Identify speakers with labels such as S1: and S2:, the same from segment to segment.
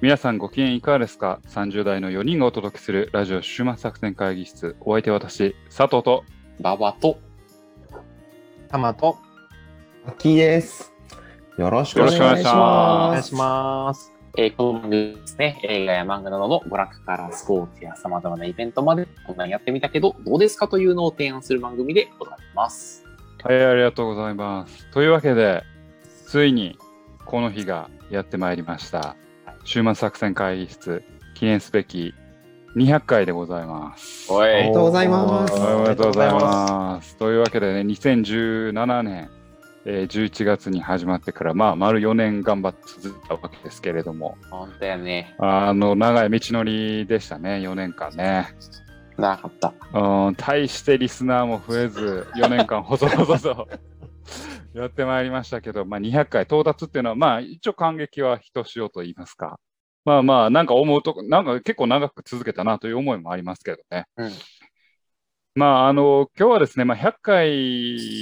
S1: 皆さんご機嫌いかがですか ?30 代の4人がお届けするラジオ終末作戦会議室。お相手は私、佐藤と、
S2: 馬場と、
S3: たまと
S4: 秋です。よろしくお願いし
S1: よろしくお
S3: お
S1: 願
S4: ま
S3: 願い
S4: す。
S3: します。
S2: えー、この番組ですね、映画や漫画などの娯楽からスポーツや様々なイベントまで、こんなにやってみたけど、どうですかというのを提案する番組でございます。
S1: はい、ありがとうございます。というわけで、ついにこの日がやってまいりました。終末作戦会議室、記念すべき200回でございます。
S2: お
S4: ありがとうございます。
S1: おめでとうござい
S3: す。
S1: ます。というわけでね、2017年、えー11月に始まってから、まあ、丸4年頑張って続いたわけですけれども、
S2: ほんとやね。
S1: あの、長い道のりでしたね、4年間ね。
S2: なかった。
S1: うん、対してリスナーも増えず、4年間、細々とやってまいりましたけど、まあ、200回到達っていうのは、まあ、一応感激はひとしおと言いますか。まあまあ、なんか思うとこ、なんか結構長く続けたなという思いもありますけどね。
S2: うん
S1: まあ、あの、今日はですね、まあ、100回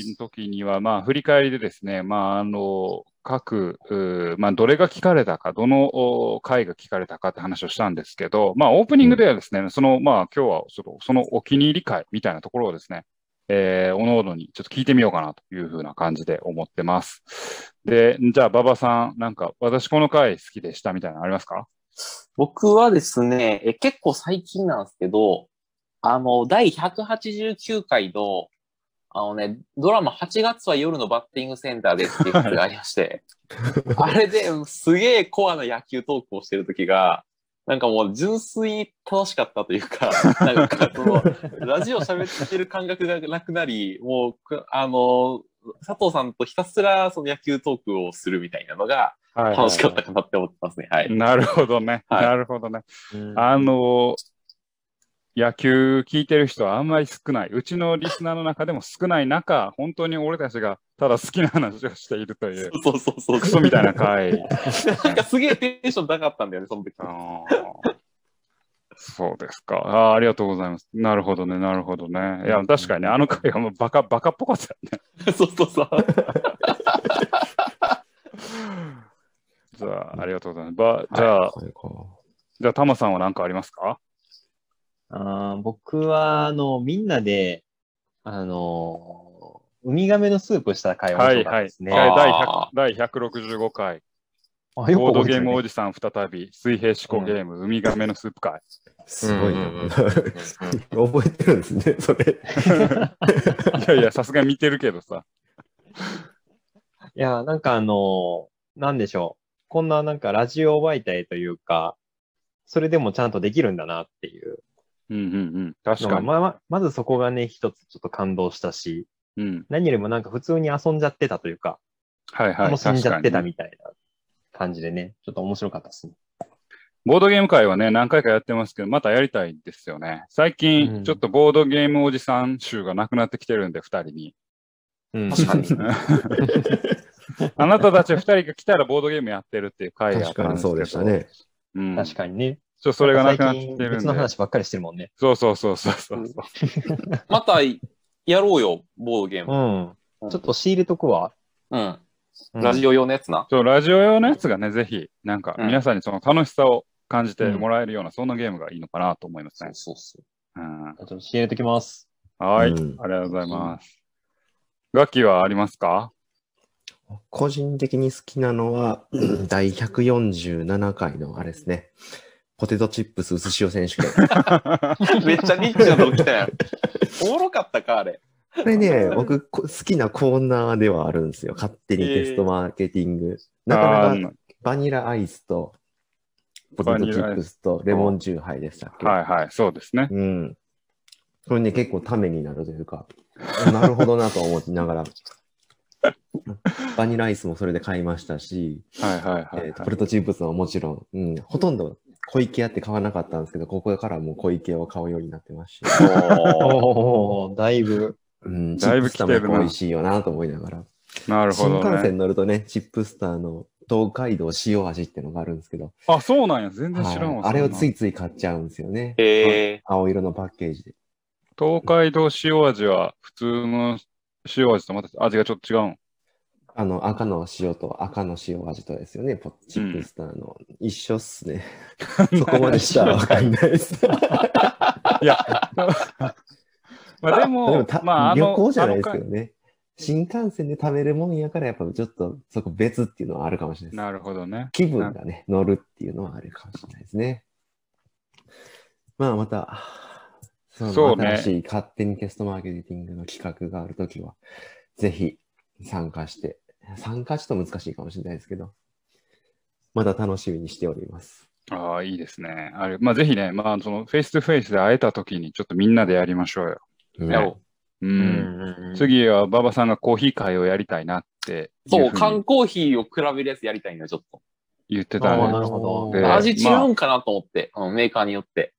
S1: の時には、まあ、振り返りでですね、まあ、あの、各、うーまあ、どれが聞かれたか、どのお回が聞かれたかって話をしたんですけど、まあ、オープニングではですね、その、まあ、今日はその、そのお気に入り会みたいなところをですね、えー、おのおのにちょっと聞いてみようかなというふうな感じで思ってます。で、じゃあ、馬場さん、なんか、私この回好きでしたみたいなのありますか
S2: 僕はですね、え結構最近なんですけど、あの、第189回の、あのね、ドラマ8月は夜のバッティングセンターですっていうやつがあり まして、あれでうんすげえコアな野球トークをしてる時が、なんかもう純粋に楽しかったという か、なんかその、ラジオ喋ってる感覚がなくなり、もうく、あの、佐藤さんとひたすらその野球トークをするみたいなのが
S1: は
S2: 楽しかったかなって思ってますね。は い。
S1: なるほどね。
S2: はい
S1: なるほどね。
S3: うん
S1: あの野球聞いてる人はあんまり少ない。うちのリスナーの中でも少ない中、本当に俺たちがただ好きな話をしているという、
S2: そうそうそう。
S1: クソみたいな回。
S2: なんかすげえテンション高かったんだよね、その時。
S1: あーそうですかあー。ありがとうございます。なるほどね、なるほどね。いや、確かにね、あの回はもうバカ、バカっぽかったよね。
S2: そうそうそう。
S1: じゃあ、ありがとうございます。ばじゃあ、
S4: これか
S1: じゃあ、タマさんは何かありますか
S3: あー僕は、あの、みんなで、あの、ウミガメのスープした会話とかですね。
S2: はいはいあ
S1: 第100第165回。
S3: あよく
S1: ボードゲ
S3: 覚えて
S1: ー
S3: るね
S1: ムおじさん再び、水平思考ゲーム、ウミガメのスープ会。
S4: すごいな
S2: うんうんうん。
S4: 覚えてるんですね、それ。
S1: いやいや、さすがに見てるけどさ。
S3: いや、なんかあの、なんでしょう。こんななんかラジオ媒体というか、それでもちゃんとできるんだなっていう
S1: うんうんうん。確
S3: の
S1: か
S3: が、
S1: に。
S3: まあままずそこがね、一つちょっと感動したし、
S1: うん。
S3: 何よりもなんか普通に遊んじゃってたというか、
S1: はいはい。
S3: 楽しんじゃって
S1: 確
S3: た
S1: かに
S3: みたいな感じでね、ちょっと面白かったですね。
S1: ボードゲーム会はね、何回かやってますけど、またやりたいですよね。最近、
S3: うん
S1: ちょっとボードゲームおじさん集がなくなってきてるんで、二人に。
S3: うん
S2: 確かに。
S1: あなたたち二人が来たらボードゲームやってるっていう会やっ
S4: 確
S1: た
S4: か
S1: ん
S4: に
S1: ですけど。
S4: そうでした。ね。
S1: うん。
S3: 確
S1: に。
S3: かにね。
S1: ちょそれがなくなってきて
S3: なんか最近
S1: るん
S3: 別の
S1: で。
S3: 話ばっかりしてるもんね。
S1: そうそうそうそうそう。
S2: またやろうよ、ボードゲー
S3: う
S2: ム。
S3: ん。ちょっと仕入れとくわ。
S2: うん。ラジオ用のやつな。
S1: そう、ラジオ用のやつがね、ぜひ、なんか、
S2: うん
S1: 皆さんにその楽しさを感じてもらえるような、そんなゲームがいいのかなと思いますね。
S2: そうそう。
S1: うん、
S3: オ。ちょっと仕入れときます。
S1: はい、
S4: うん
S1: ありがとうございます。ガキはあります か
S4: 個人的に好きなのは、うん第147回のあれですね。ポテトチップス薄塩選手権。
S2: めっちゃニッチなとこ来たやん。おもろかったか、あれ。
S4: これね、僕こ好きなコーナーではあるんですよ。勝手にテストマーケティング。なか
S1: あ
S4: な
S1: ー
S4: かバニラアイスと、ポテトチップスとレモンチューハイでしたっけ
S1: はいはい、そうですね。
S4: うん。これね、結構ためになるというか、なるほどなと思いながら、 バニラアイスもそれで買いましたし、
S1: はいはいはい、
S4: えーと
S1: は
S4: ポ
S1: い
S4: テトチップスはもちろん、うん、ほとんど小池屋って買わなかったんですけど、ここからはもう小池屋を買うようになってますし、
S2: おー
S3: おお、だいぶ。
S4: うん、チ
S1: だい
S4: ッ
S1: ぶ
S4: プ
S1: 来て
S4: スタ
S1: るな
S4: ーも美味しいよなと思いながら、
S1: なるほ
S4: 新
S1: ど
S4: 幹
S1: ね。
S4: 線乗るとね、チップスターの東海道塩味っていうのがあるんですけど、
S1: あ、そうなんや。全然知らんわ。
S4: はいあれをつ
S1: い
S4: いつい買っちゃうんですよね。
S2: へえ。
S4: 青色のパッケージで。
S1: 東海道塩味は普通の塩味とまた味がちょっと違うん。
S4: あの、赤の塩と赤の塩味とですよね、ポッチップスターの。一緒っ すね。そこまでしたらわかんないです。
S1: いや、まあでも、
S4: でもた
S1: まあ、あ
S4: 旅
S1: の、
S4: 行じゃないです
S1: あ
S4: け
S1: の
S4: どね。新幹線で食べるもんやから、やっぱちょっとそこ別っていうのはあるかもしれないです。
S1: なるほどね。
S4: 気分がね、乗るっていうのはあるかもしれないですね。まあまた、そ
S1: そう
S4: の
S1: ね
S4: 新しい勝手にテストマーケティングの企画があるときは、ぜひ参加して、参加ちょっと難しいかもしれないですけど、まだ楽しみにしております。
S1: ああ、いいですね。あれ、まあ、ぜひね、まあ、その、フェイスとフェイスで会えたときに、ちょっとみんなでやりましょうよ。
S4: うん
S2: やろ
S1: う。
S3: うんん
S1: 次は、馬場さんがコーヒー会をやりたいなって
S2: う。
S1: い
S2: そうう、
S1: ふう
S2: 缶
S1: に
S2: コーヒーを比べるやつやりたいんだよ、ちょっと。
S1: 言って
S3: あ
S1: た
S3: ー
S1: ね
S3: な。るほ
S4: え
S1: え
S4: ー
S1: で
S2: 味違うんかなと思って、うん、メーカーによって。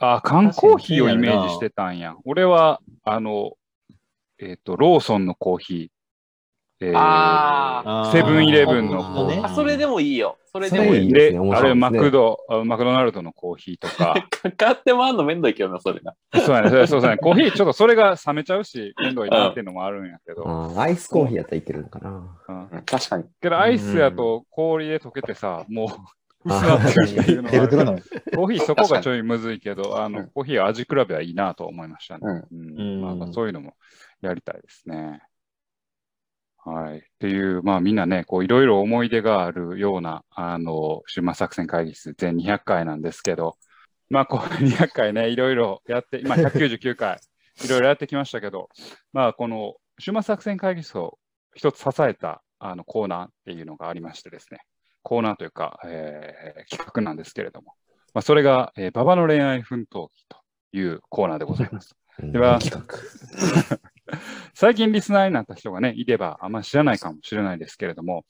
S1: あ、缶コーヒーをイメージしてたんや。俺は、あの、えっ、と、ローソンのコーヒー。えー
S2: あー
S1: セブンイレブンの
S4: あー
S1: コーヒ
S4: ね
S1: ー。
S2: あ、それでもいいよ。それで
S4: そ
S2: も
S4: れ
S2: い
S4: い
S2: い。
S4: いですね
S1: で
S4: 面
S1: あ
S4: 白いで
S1: れ、
S4: すね
S1: マクド、あマクドナルドのコーヒーとか。
S2: かかってもあんのめんどいけどな、それな。
S1: そうやね、そうやそうやね。コーヒー、ちょっとそれが冷めちゃうし、面倒いなっていうのもあるんやけど。
S4: あーアイスコーヒーやったらいけるのかな。
S1: うん
S2: うん確かに。
S1: けど、アイスやと氷で溶けてさ、もう、
S4: あ
S1: 薄なってるっていうの
S5: て
S1: はあ
S5: る
S1: る
S5: て
S1: け
S5: るな
S1: ど
S5: の。
S1: コーヒーそこがちょいむずいけど、あ
S2: う
S1: の、
S2: ん
S1: コーヒーは味比べはいいなと思いましたね。うん
S3: うん
S1: まあ、そういうのもやりたいですね。はい。っていう、まあみんなね、こういろいろ思い出があるような、あの、週末作戦会議室全200回なんですけど、まあこう200回ね、いろいろやって、今199回、 いろいろやってきましたけど、まあこの週末作戦会議室を一つ支えたあのコーナーっていうのがありましてですね、コーナーというか、えー企画なんですけれども、まあそれが、えー、馬場の恋愛奮闘記というコーナーでございます。
S4: うん
S1: では
S4: 企画。
S1: 最近リスナーになった人がね、いればあんま知らないかもしれないですけれども、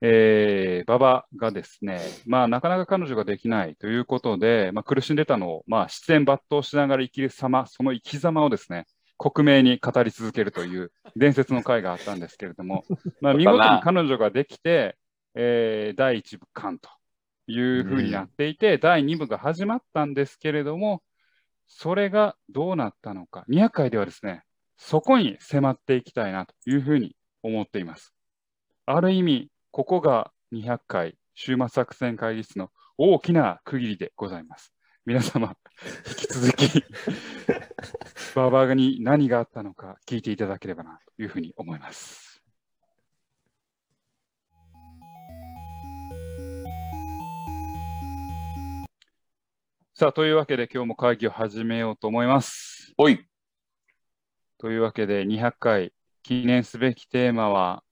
S1: えー、馬場がですね、まあ、なかなか彼女ができないということで、まあ、苦しんでたのを、まあ、失恋抜刀しながら生きる様、その生き様をですね、克明に語り続けるという伝説の回があったんですけれども、まあ、見事に彼女ができて、えー第1部完というふうになっていて、第2部が始まったんですけれども、それがどうなったのか、200回ではですね、そこに迫っていきたいなというふうに思っています。ある意味、ここが200回終末作戦会議室の大きな区切りでございます。皆様、引き続き、ババアに何があったのか聞いていただければなというふうに思います。さあ、というわけで今日も会議を始めようと思います。
S2: おい。
S1: というわけで、200回記念すべきテーマは、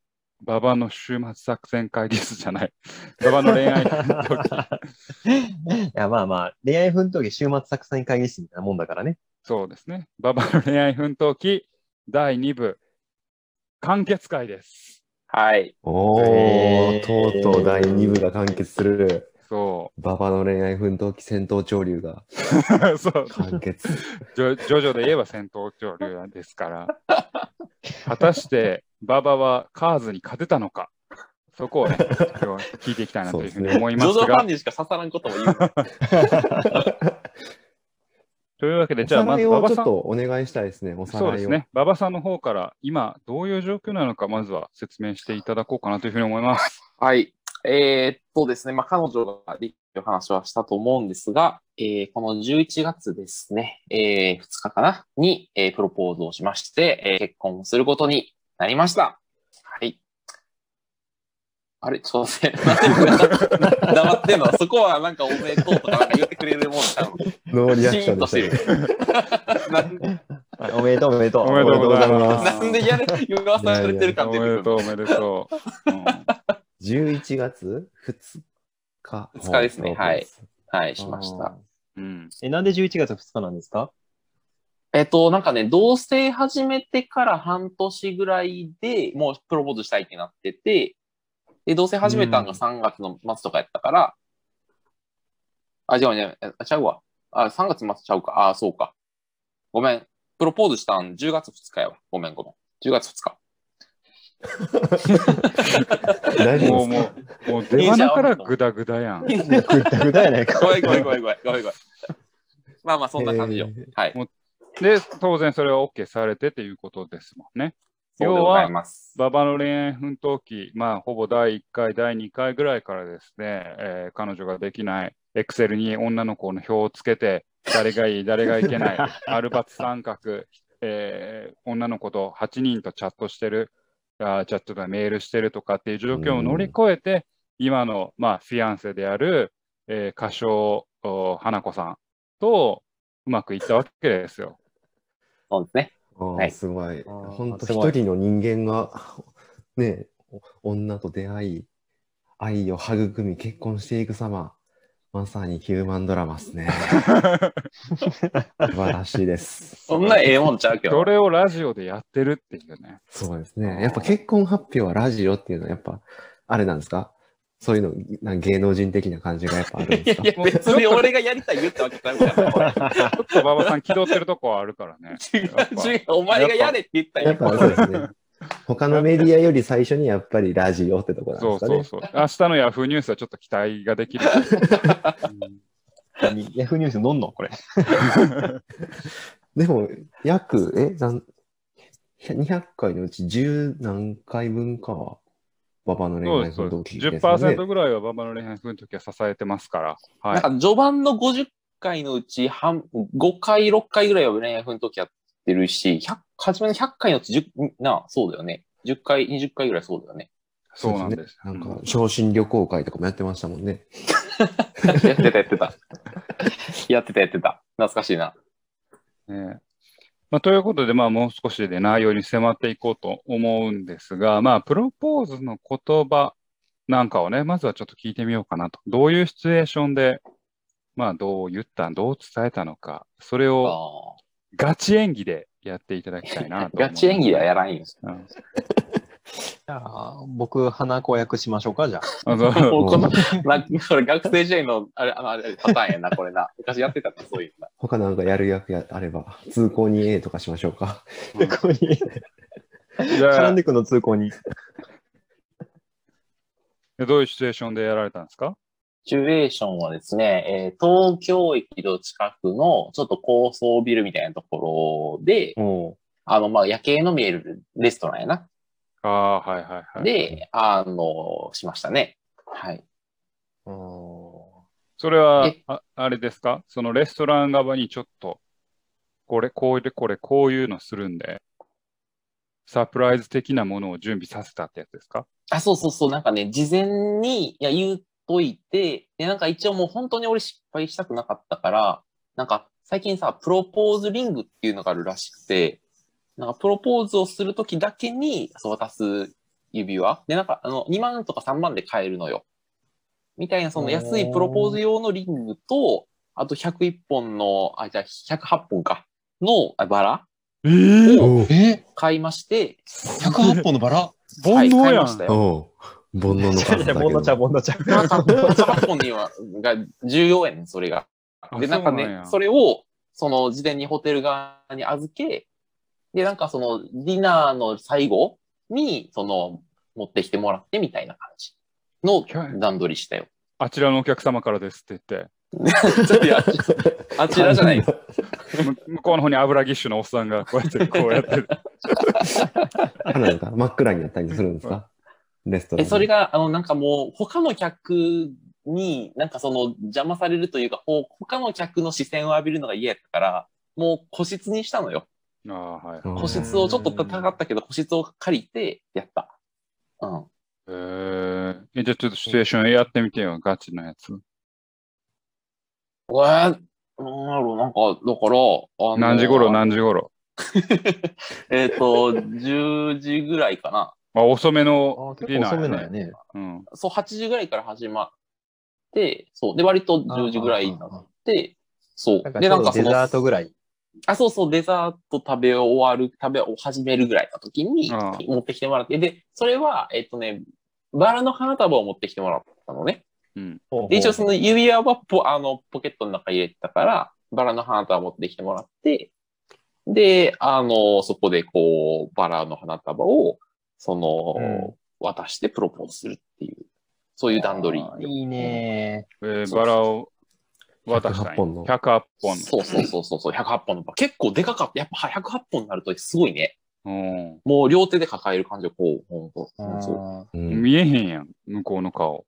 S1: 馬場の終末作戦会議室じゃない。 馬場の恋愛の時。
S3: いや、まあまあ、恋愛奮闘記週末作戦会議室みたいなもんだからね。
S1: そうですね。馬場の恋愛奮闘記第2部、完結会です。
S2: はい。
S4: おー、
S3: えー
S4: とうとう第2部が完結する。
S1: そ
S4: 馬場の恋愛奮闘記戦闘潮流が
S1: う。そう。
S4: 完結。
S1: ジョジョジョで言えば戦闘潮流ですから。果たして、馬場はカーズに勝てたのか。そこをね、今日は聞いていきたいなというふうに思い
S2: ジ
S1: ま
S2: ョ
S1: す
S2: ジョファ
S1: が
S2: ン。にしか刺さらんことも言うな。
S1: というわけで、じ
S4: じ
S1: ゃ
S4: ゃ
S1: あ
S4: あ、
S1: まず馬
S4: を
S1: 場
S4: ちょ
S1: さ
S4: っ
S1: ん。
S4: とお願いしたいですね、おさらい
S1: そ
S4: を。
S1: うですね。馬場さんの方から今どういう状況なのかまずは説明していただこうかなというふうに思います。
S2: はい。えーっとですね、まあ、彼女ができる話はしたと思うんですが、えーこの11月ですね、え2日かな、に、えープロポーズをしまして、えー結婚をすることになりました。はい。あれ、ちょっと待って、 黙ってんのそこはなんかおめでとうとかなんか言ってくれるもんちゃうの
S4: ノーリアクション で
S2: シーンと
S4: し
S2: してる。なん
S3: あおめでとう、おめでとう。
S1: おめでとうございます
S2: なんでやれ、言わされてる
S1: お
S2: 感出てく
S1: め
S2: る
S1: で
S2: の
S1: とう、おめでとう。うん
S4: た。11月2日。
S2: 二日ですねはいはい、しました。
S1: うん、
S3: え、なんで11月2日なんですか
S2: えっと、なんかね、同棲始めてから半年ぐらいでもうプロポーズしたいってなってて、で、同棲始めたのが3月の末とかやったから、あ、違うね、あちゃうわ。あ、3月末ちゃうか。あ、そうか。ごめん。プロポーズしたん10月2日やわ。ごめんごめん。10月2日。
S4: 大
S1: もうも
S4: 丈夫で
S1: う、も う出花からグダグダやん。
S3: ぐったぐたやないか。
S2: ごめんごめんごめんごめんごめんごめん。まあまあ、そんな感じよ
S4: へー。
S2: はい。
S1: で、当然それは OK されてということですもんね。
S2: そうでございます。
S1: 馬場の恋愛奮闘記、まあ、ほぼ第1回、第2回ぐらいからですね、えー彼女ができない、エクセルに女の子の表をつけて、誰がいい、誰がいけない、アルバツ三角、えー女の子と8人とチャットしてる、あーチャットでメールしてるとかっていう状況を乗り越えて、今の、まあ、フィアンセである、えー歌唱お花子さんとうまくいったわけですよ。
S2: そうですね。
S4: あー
S2: はい
S4: すごい。
S3: あー
S4: 本当
S3: すごい
S4: 一人の人間が、ね、お女と出会い、愛を育み、結婚していく様。まさにヒューマンドラマですね。素晴らしいです。
S2: そんなええもんちゃうけど
S1: そ。れをラジオでやってるっていうね。
S4: そうですね。やっぱ結婚発表はラジオっていうのは、やっぱ、あれなんですかそういうの、なんか芸能人的な感じがやっぱあるんで すか
S2: いや、別に俺がやりたい言ったわけちゃうから。
S1: ちょっと馬場さん気取ってるとこはあるからね。
S2: 違う違う、お前がやれって言ったん
S4: やっ
S2: や
S4: ぱそうですね。他のメディアより最初にやっぱりラジオってとこなんで
S1: そう
S4: すか
S1: そ
S4: ね
S1: う。そう。明日のヤフーニュースはちょっと期待ができる。
S3: 何ヤフーニュース飲んのこれ。
S4: でも、約、え、なん、200回のうち10何回分か、馬場
S1: そう
S4: の恋
S1: で
S4: 愛
S1: す、そ
S4: の
S1: う
S4: 同
S1: です。
S4: 期ですよね。
S1: 10%ぐらいは馬場の恋愛の時は支えてますから。は
S2: ないん。か序盤の50回のうち半、5回、6回ぐらいは恋愛風の時やってるし、100初めの100回のうち10、なあ、そうだよね。10回、20回ぐらいそうだよね。
S1: そうなんです。
S4: なんか、昇進旅行会とかもやってましたもんね。
S2: やってた、やってた。やってた、やってた。懐かしいな。
S1: ねまあ、ということで、まあ、もう少しで内容に迫っていこうと思うんですが、まあ、プロポーズの言葉なんかをね、まずはちょっと聞いてみようかなと。どういうシチュエーションで、まあ、どう言った、どう伝えたのか、それ
S2: あ
S1: をガチ演技でやっていただきたいな
S2: あ
S1: と思いま
S2: ガ
S1: す
S2: チ演技はやら んよ。
S1: うん
S3: じゃあ、僕、花子役しましょうか、じゃあ。
S1: あそう
S2: もうこの、なそれ学生時代の、あれ、あのあれ、パターンやな、これな。昔やってたな、そういうのな。
S4: 他なんかやる役やあれば、通行に A とかしましょうか。
S3: ここに、
S1: じゃ
S3: 絡
S1: あ
S3: んでくの通行に。
S1: どういうシチュエーションでやられたんですか
S2: シチュエーションはですね、えー東京駅の近くの、ちょっと高層ビルみたいなところで、
S3: おう
S2: あの、まあ、夜景の見えるレストランやな。
S1: ああ、はいはいはい。
S2: で、あの、しましたね。はい。
S3: お
S1: それは
S2: え、
S1: ああれですかそのレストラン側にちょっと、これ、こういう、これ、こういうのするんで、サプライズ的なものを準備させたってやつですか
S2: あ、そうそうそう、なんかね、事前に、いや、言うといて、で、なんか一応もう本当に俺失敗したくなかったから、なんか最近さ、プロポーズリングっていうのがあるらしくて、なんかプロポーズをするときだけに、そう、渡す指輪。で、なんか、あの、2万とか3万で買えるのよ。みたいな、その安いプロポーズ用のリングと、あと101本の、あ、じゃあ108本か、のあバラ
S1: ええ
S4: おう
S3: え
S2: 買いまして、
S3: ?108 本のバラ
S2: は
S1: 煩
S2: い、買
S1: 悩
S2: い
S1: や
S2: ました
S1: ん。
S2: よ。
S4: おう煩悩の
S3: じゃ
S4: 数
S3: じゃ
S4: だ
S3: ボンドちゃ
S4: け
S3: う、ボン ドちゃう。
S2: なんか、タバコには、が重要やねん、それが。で、
S1: あ
S2: なんかね、
S1: そう
S2: そ
S1: や
S2: れを、その、事前にホテル側に預け、で、なんかその、ディナーの最後に、その、持ってきてもらってみたいな感じの段取りしたよ。
S1: あちらのお客様からですって言っ
S2: ちょっといやあちあちらじ ゃない。
S1: て、む向こうの方に油ぎっしゅのおっさんがこうやって、こうやっ て、
S4: あ なんか真っ暗になったりするんですかレストラ
S2: え、
S4: ン。
S2: それが、あの、なんかもう、他の客に、なんかその、邪魔されるというか、ほう他の客の視線を浴びるのが嫌やったから、もう個室にしたのよ。
S1: ああ、はい。
S4: うん
S2: 個室をちょっと高かったけど、個室を借りてやった。うん。
S1: えーえ、じゃあちょっとシチュエーションやってみてよ、ガチのやつ。
S2: うわなんだろう、なんか、だから、あの
S1: 何時頃、何時頃。
S2: えっと、10時ぐらいかな。
S1: あ、遅め
S3: あ
S1: の
S3: 結
S1: ディ
S3: 構
S1: ナ
S3: 遅め
S1: ー
S3: なん
S1: や
S3: や
S1: ね。
S3: ね。
S1: うん。
S2: そう、8時ぐらいから始まって、そう。で、割と10時ぐらいにな
S3: な
S2: って、そう
S3: なん。か
S2: で、
S3: ち
S2: な
S3: ょ
S2: ん
S3: うど
S2: かそ
S3: デ
S2: の、
S3: ザートぐらい。
S2: あ、そうそう、デザート食べ終わる、食べを始めるぐらいの時に、
S1: ああ
S2: 持ってきてもらって、で、それは、えっとね、バラの花束を持ってきてもらったのね。
S1: うん。
S2: で、一応そ
S3: の、
S2: の指輪はポあのポケットの中に入れてたから、バラの花束持ってきてもらって、で、あの、そこでこう、バラの花束を、その、
S3: うん
S2: 渡してプロポーズするっていう、そういう段取り。
S3: いいね
S1: えーバラを渡したんや。
S4: 108本の
S1: 108本の。
S2: そうそうそうそうそう、108本のバラ。結構でかかった。やっぱ108本になるとすごいね。
S1: うん
S2: もう両手で抱える感じで、こう、ほんと。ほんと
S1: う
S4: う
S1: ん
S4: ん。
S1: 見えへんやん、向こうの顔。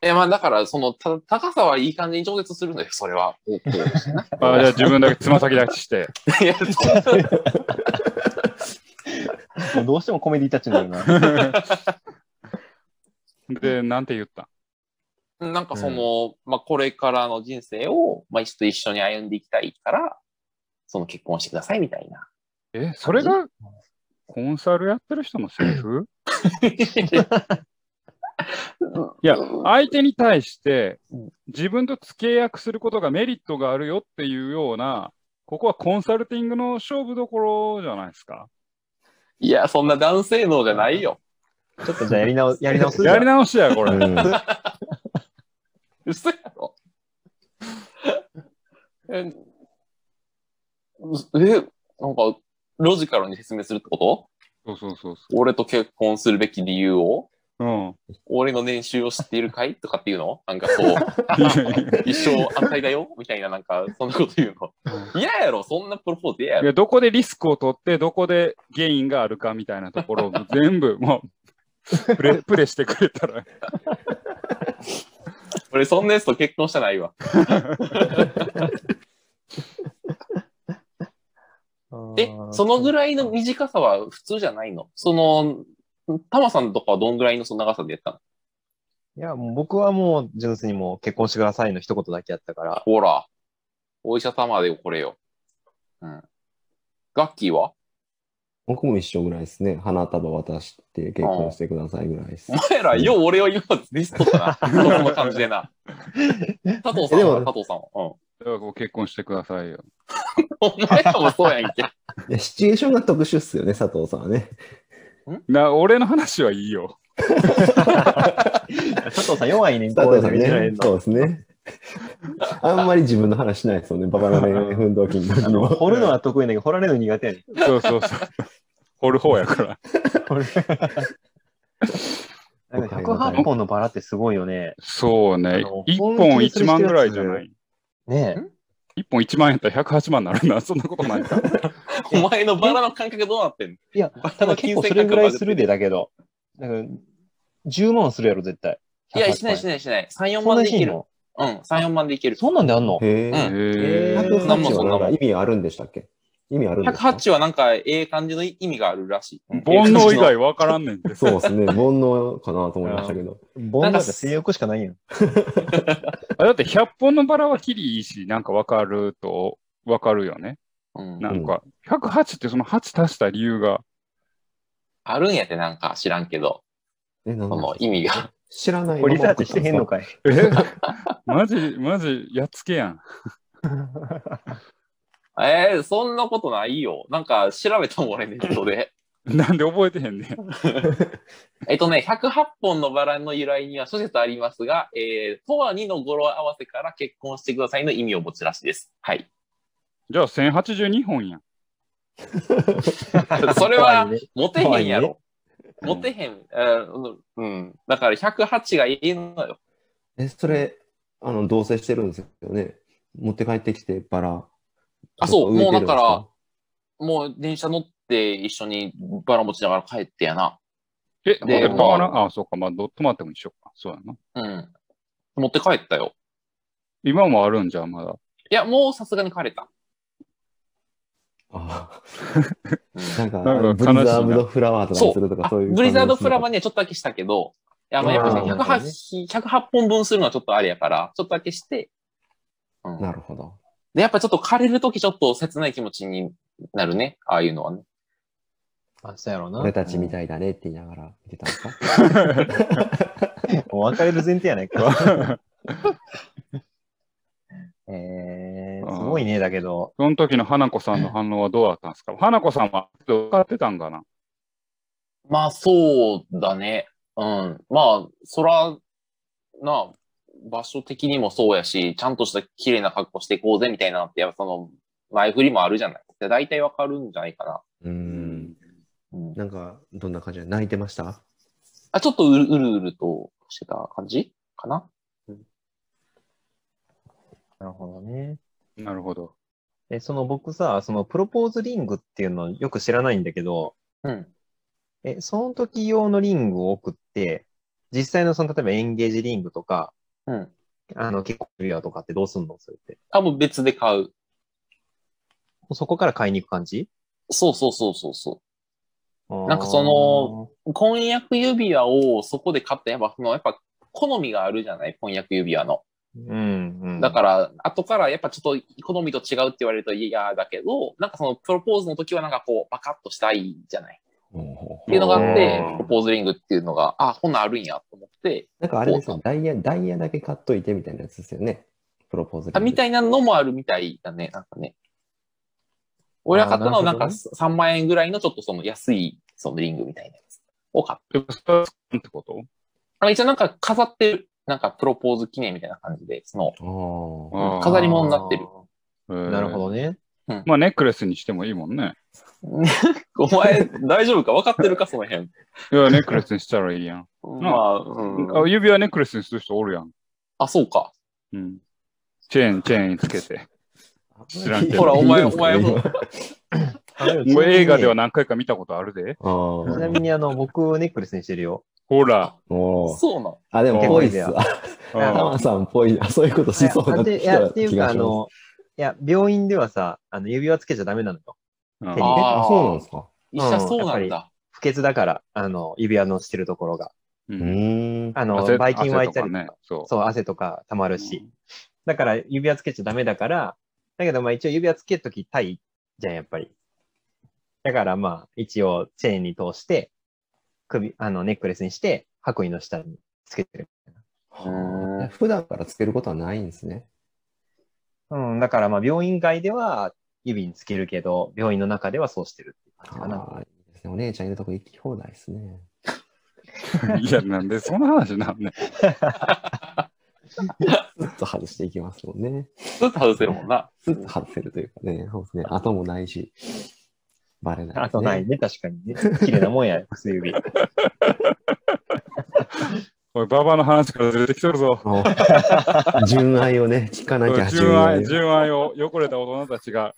S2: え、まあだから、その、た、高さはいい感じに調節するのよ、それは。こう、こ
S1: あじゃあ自分だけつま先立ちして。
S2: う。いや、そう
S3: もう どうしてもコメディタッチになるな。
S1: で、なんて言った
S2: なんかその、まあこれからの人生を、まあちょっと一緒に歩んでいきたいから、その結婚してくださいみたいな。
S1: え、それがコンサルやってる人のセリフいや
S2: うん
S1: 相手に対して
S2: うん
S1: 自分と付け約することがメリットがあるよっていうような、ここはコンサルティングの勝負どころじゃないですか。
S2: いや、そんな男性能じゃないよ。
S3: ちょっとじゃあやり直す、やり直すじゃん
S1: やり直しや、こ
S4: う
S1: れ。
S4: ん
S2: 嘘やろ。え、うえ、なんか、ロジカルに説明するってこと
S1: そうそうそうそ
S2: 俺と結婚するべき理由を
S1: う。うん。
S2: 俺の年収を知っているかいとかっていうのなんかそう、
S1: いやいや
S2: 一生反対だよみたいな、なんか、そんなこと言うの。嫌やろ、そんなプロポーズ嫌や
S1: い
S2: ろ。
S1: やどこでリスクを取って、どこでゲインがあるかみたいなところを 全部、もう、プレ、プレしてくれたら。
S2: 俺、そんなやつと結婚したないわ。え、そのぐ
S3: らい
S2: らいの短さは普通じゃないのその、タマさんとかはどんぐらいのその長さでやったの
S3: いや、もう僕はもう純粋にもう結婚してくださいの一言だけやった から。
S2: ほら、お医者様でよ、これよ。うん。ガッキーは
S4: 僕も一緒ぐらいですね。花束渡して結婚してくださいぐらいです
S2: お。前ら、よう俺を今ディスっとったな。その感じでな。佐藤さん
S4: で
S2: は、
S4: も
S2: 佐藤さんは。うん。
S1: だからこう結婚してくださいよ。
S2: お前らもそうやんけ。
S4: いやシチュエーションが特殊っすよね、佐藤さんはね。
S1: な、俺の話はいいよ。
S3: 佐藤さん弱いねん、
S4: 佐藤さん
S3: こういうの見てられ
S4: ね
S3: る。
S4: そう
S3: の
S4: ですね。 あんまり自分の話しないですよね。バカな恋 愛奮闘期の
S3: あ
S4: 時
S3: の
S4: も。
S3: 掘るのは得意だけど、掘られるの苦手やねん。
S1: そうそうそう。掘る方やから。
S3: これなんか108本のバラってすごいよね。
S1: そうね
S3: あの。
S1: 1本1万ぐらいじゃない。
S3: ね
S2: ん
S1: 1本1万円やったら108万になるな。そんなことないか。
S2: お前のバラの感覚どうなってんの
S3: え。いや、ただ結構それぐらいするで、だけど。なんか、10万するやろ、絶対。
S2: いや、しない
S3: 108
S2: しないしない。3、4
S3: そん
S2: 万
S3: な
S2: で
S3: シ
S2: いけ
S3: ーン
S2: る。
S3: の
S2: うん、3、4万でいける。
S3: そんなんであん
S4: へ
S3: の
S2: う
S4: え。
S1: へ
S4: 佐
S1: ー
S4: 藤さん
S2: なんもそんなもん
S4: は意味あるんでしたっけ意味あるんですか
S2: 108はなんか、ええ感じの意味があるらしい。うん
S1: 煩悩以外わからんねんて。
S4: そうですね。煩悩かなと思いましたけど。
S3: ボンだって性欲しかないよ。
S1: あだって100本のバラはキリいいし、なんかわかると、わかるよね。
S2: うん
S1: なんか、108ってその8足した理由が、
S2: あるんやって、なんか知らんけど、
S4: え、なん
S2: そ
S4: だ
S2: の意味が。
S4: 知らない
S3: これリサーチしてへんのかい。
S1: えマジ、マジ、やっつけやん。
S2: えー、そんなことないよ。なんか調べたもん、俺ネットで。
S1: なんで覚えてへんねん。
S2: えっとね、108本のバラの由来には諸説ありますが、えー、とは2の語呂合わせから結婚してくださいの意味を持つらしいです。はい。
S1: じゃあ1082本やん。
S2: それは
S3: ね、
S2: モテへんやろ。モテへん。うんうん。だから108がいいのよ。
S4: え、それ、あの、同棲してるんですよね。持って帰ってきて、バラ。
S2: あそう
S4: 植えてるんです
S2: もうだからもう電車乗って一緒にバラ持ちながら帰ってやな。
S1: え、
S2: で
S1: で、バ
S2: ま
S1: ラ、あ、そうか、まあ、ど、泊まっても一緒か。そうやな。
S2: うん。持って帰ったよ。
S1: 今もあるんじゃん、ま だ。
S2: いや、もうさすがに帰れた。
S4: あ
S2: うん
S4: ーなんか、
S1: なんか
S4: ブリ
S1: 悲し
S4: ザー
S1: い
S4: ブ
S1: な
S4: ドフラワーとかにするとか、そういう。
S2: ブリザードフラワーにはちょっとだけしたけど、いやまあやっぱね
S4: あー
S2: 108、108本分するのはちょっとあれやから、ちょっとだけして、う、
S4: なんるほど。
S2: で、やっぱちょっと枯れるときちょっと切ない気持ちになるね、ああいうのはね。
S3: あ、そうやろうな。
S4: 俺たちみたいだねって言いながら見てたんですか
S3: もう別れる前提やないか。 えー、すごいね、だけど。
S1: その時の花子さんの反応はどうだったんですか花子さんは分かってたんかな
S2: まあそうだね。うん。まあ、そら、なあ、場所的にもそうやし、ちゃんとした綺麗な格好していこうぜみたいなのって、やっぱその、前振りもあるじゃない。で大体わかるんじゃないかな。
S4: うーん。
S2: うん、
S4: なんか、どんな感じで泣いてました
S2: あ、ちょっとうるうるうるとしてた感じかな。
S3: なるほどね。
S1: なるほど。
S3: え、その僕さ、そのプロポーズリングっていうのよく知らないんだけど、
S2: うん。
S3: え、その時用のリングを送って、実際のその、例えばエンゲージリングとか、
S2: うん。
S3: あの、結婚指輪とかってどうすんのそれって。
S2: あ、もう別で買う。
S3: そこから買いに行く感じ
S2: そうそうそうそうそ
S3: なん
S2: かその、う。婚約指輪をそこで買ったやっぱ、そのやっぱ好みがあるじゃない婚約指輪の。
S3: うん、うん。
S2: だから、後からやっぱちょっと好みと違うって言われると嫌だけど、なんかそのプロポーズの時はなんかこう、バカッとしたいじゃない。
S4: ほうほう
S2: っていうのがあって
S3: う、ん
S2: プロポーズリングっていうのが、あ、こんなんあるんやと思って、
S4: なんかあれですよ、ダイヤ、ダイヤだけ買っといてみたいなやつですよね。プロポーズ
S2: あみた
S4: い
S2: いなのもあるみたいだね、なんかね。俺が買ったのはな
S3: なる
S2: ん
S3: ほど
S2: か
S3: ね
S2: 3万円ぐらいのちょっとその安いそのリングみたいなやつを買った。
S1: でもそれは使うってこと
S2: あ一応なんか飾ってる、なんかプロポーズ記念みたいな感じで、その、
S4: な。ああ。
S1: あー
S2: 飾り物になってる。
S1: え
S3: あ
S1: ー
S3: ーなるほどね。
S1: まあネックレスにしてもいいもんね。
S2: お前 大丈夫か分かってるか、その辺。
S1: いや、ネックレスにしたらいいやん。
S2: まあ、うん
S1: あ指輪ネックレスにする人おるやん。
S2: あ、そうか。
S1: うん。チェーン、チェーンにつけて。知らんけど
S2: ほら、お前、お前も。
S1: もう映画では
S3: な
S1: 何回か見たことあるで。
S4: ああ。
S3: ちなみに、あの、僕、ネックレスにしてるよ。
S1: ほら。
S4: おー
S2: そうなの。
S4: あ、でも、
S1: 結
S4: ぽ
S1: 構
S4: いっ
S3: いい
S4: す
S3: ですよ
S4: わ。
S3: や
S4: タ
S1: あ
S4: マさん、ぽい。あ、そういうことしそうな
S3: や
S4: 気
S3: でいや、っていう
S4: が
S3: か、
S4: しま
S3: あ
S4: す。
S3: の、いや、病院ではさ、あの、指輪つけちゃダメなのよ。
S1: うん
S3: 手
S4: え
S3: に
S2: あ
S4: あ、
S2: ー
S4: そうなんですか。
S2: 医者そうなんだ。
S3: 不潔だから、あの、指輪のしてるところが。
S1: う
S4: うんーん。
S3: あの、
S1: 汗
S3: ばい菌湧いた
S1: 汗とか
S3: りとか
S1: ね。そ
S3: そう、汗とか溜まる
S1: う。
S3: し。だから、指輪つけちゃダメだから、だけど、まあ、一応指輪つけときたいじゃん、やっぱり。だから、まあ、一応、チェーンに通して、首、あの、ネックレスにして、白衣の下につけてる。
S2: うん
S4: 普段からつけることはないんですね。
S3: うん、だから、まあ、病院外では指につけるけど、病院の中ではそうしてるっていう感じかな。
S4: ああ、いいですね。お姉ちゃんいるとこ行き放題ですね。
S1: いや、なんでそんな話なん ね。
S4: ずっと外していきますもんね。
S2: ずっと外せるもんな。
S4: ずっと外せるというかね。そうですね。後もないし、バレない、
S3: あとない。ね、確かにね。綺麗なもんや、薬指。
S1: おい、ババアの話から出てきとるぞ。
S4: お 純愛をね、聞かなきゃ
S1: 純愛、
S4: 純愛を
S1: 純愛を汚れた大人たちが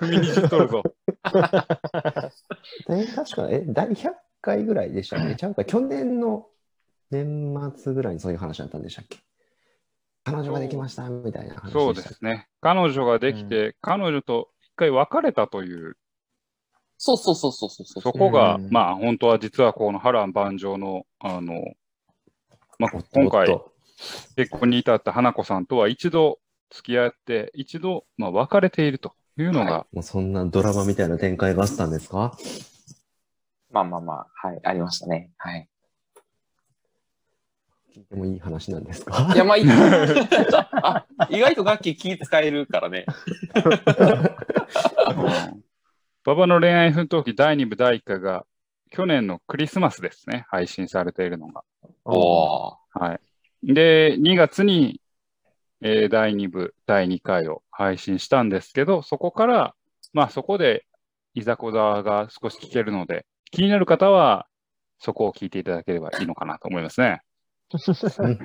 S1: 踏みにじっとるぞ。
S4: え確か、え、第100回ぐらいでしたっけちゃうか、去年の年末ぐらいにそういう話だったんでしたっけ彼女ができましたみたいな話
S1: そうで
S4: でしたっけ
S1: すね。彼女ができて、彼女と一回別れたという、
S2: そうそうそうそうそう。
S1: そこが、
S3: うん
S1: まあ、本当は実はこの波乱万丈の、あの、まあ、今
S4: おっと
S1: 回
S4: おっと
S1: 結婚に至った花子さんとは一度付き合って、一度、まあ、別れているというのが、
S4: もうそんなドラマみたいな展開があったんですか
S2: まあまあまあ、はい、ありましたね。はい。
S4: 聞いてもいい話なんですか
S2: いや、 まあ、いあ意外と楽器気使えるからね。
S1: 馬場の恋愛奮闘記第2部第1回が、去年のクリスマスですね、配信されているのが。
S2: おー。
S1: はい。で、2月に、えー第2部、第2回を配信したんですけど、そこから、まあそこで、いざこざが少し聞けるので、気になる方は、そこを聞いていただければいいのかなと思いますね。
S2: そうね